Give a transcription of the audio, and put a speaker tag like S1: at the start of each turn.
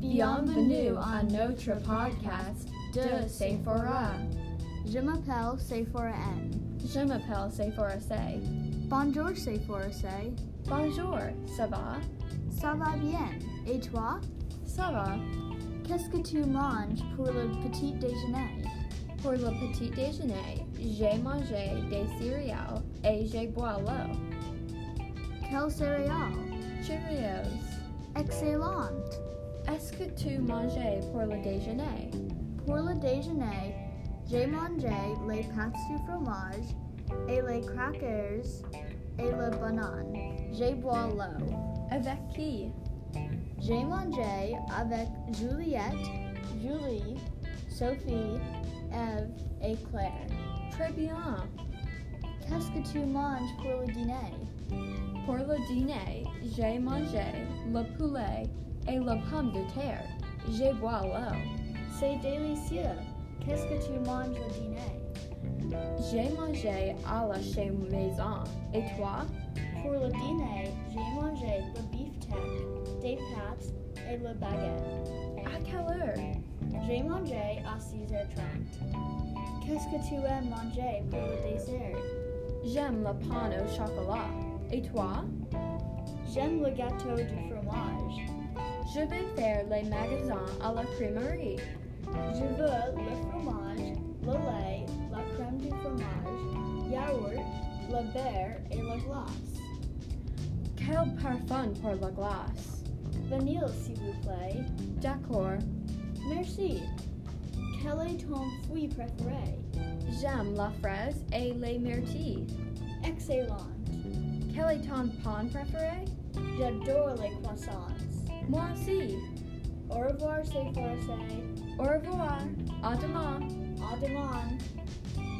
S1: Beyond the New on Notre Podcast de Sephora.
S2: Je m'appelle Sephora N.
S1: Je m'appelle Sephora Say.
S2: Bonjour Sephora Say.
S1: Bonjour, ça va?
S2: Ça va bien. Et toi?
S1: Ça va.
S2: Qu'est-ce que tu manges pour le petit déjeuner?
S1: Pour le petit déjeuner, j'ai mangé des céréales et j'ai bois l'eau.
S2: Quel céréale?
S1: Cheerios.
S2: Excellente.
S1: Est-ce que tu mangeais pour le déjeuner?
S2: Pour le déjeuner, j'ai mangé les pâtes au fromage et les crackers et le banane. J'ai bois l'eau.
S1: Avec qui?
S2: J'ai mangé avec Juliette, Julie, Sophie, Eve et Claire.
S1: Très bien.
S2: Qu'est-ce que tu manges pour le dîner?
S1: Pour le dîner, j'ai mangé le poulet et la pomme de terre. J'ai bois l'eau.
S2: C'est délicieux. Qu'est-ce que tu manges au dîner?
S1: J'ai mangé à la chez maison. Et toi?
S2: Pour le dîner, j'ai mangé le beefsteak, des pâtes et le baguette.
S1: À quelle heure?
S2: J'ai mangé à 6h30. Qu'est-ce que tu aimes manger pour le dessert?
S1: J'aime le pain au chocolat. Et toi?
S2: J'aime le gâteau du fromage.
S1: Je vais faire les magasins à la primerie.
S2: Je veux le fromage, le lait, la crème du fromage, yaourt, le beurre et le glace.
S1: Quel parfum pour la glace.
S2: Vanille, s'il vous plaît.
S1: D'accord.
S2: Merci. Quel est ton fruit préféré?
S1: J'aime la fraise et les myrtilles.
S2: Excellent.
S1: Quel est ton pain préféré?
S2: J'adore les croissants.
S1: Moi aussi.
S2: Au revoir, c'est forcé.
S1: Au revoir. À demain.
S2: À demain.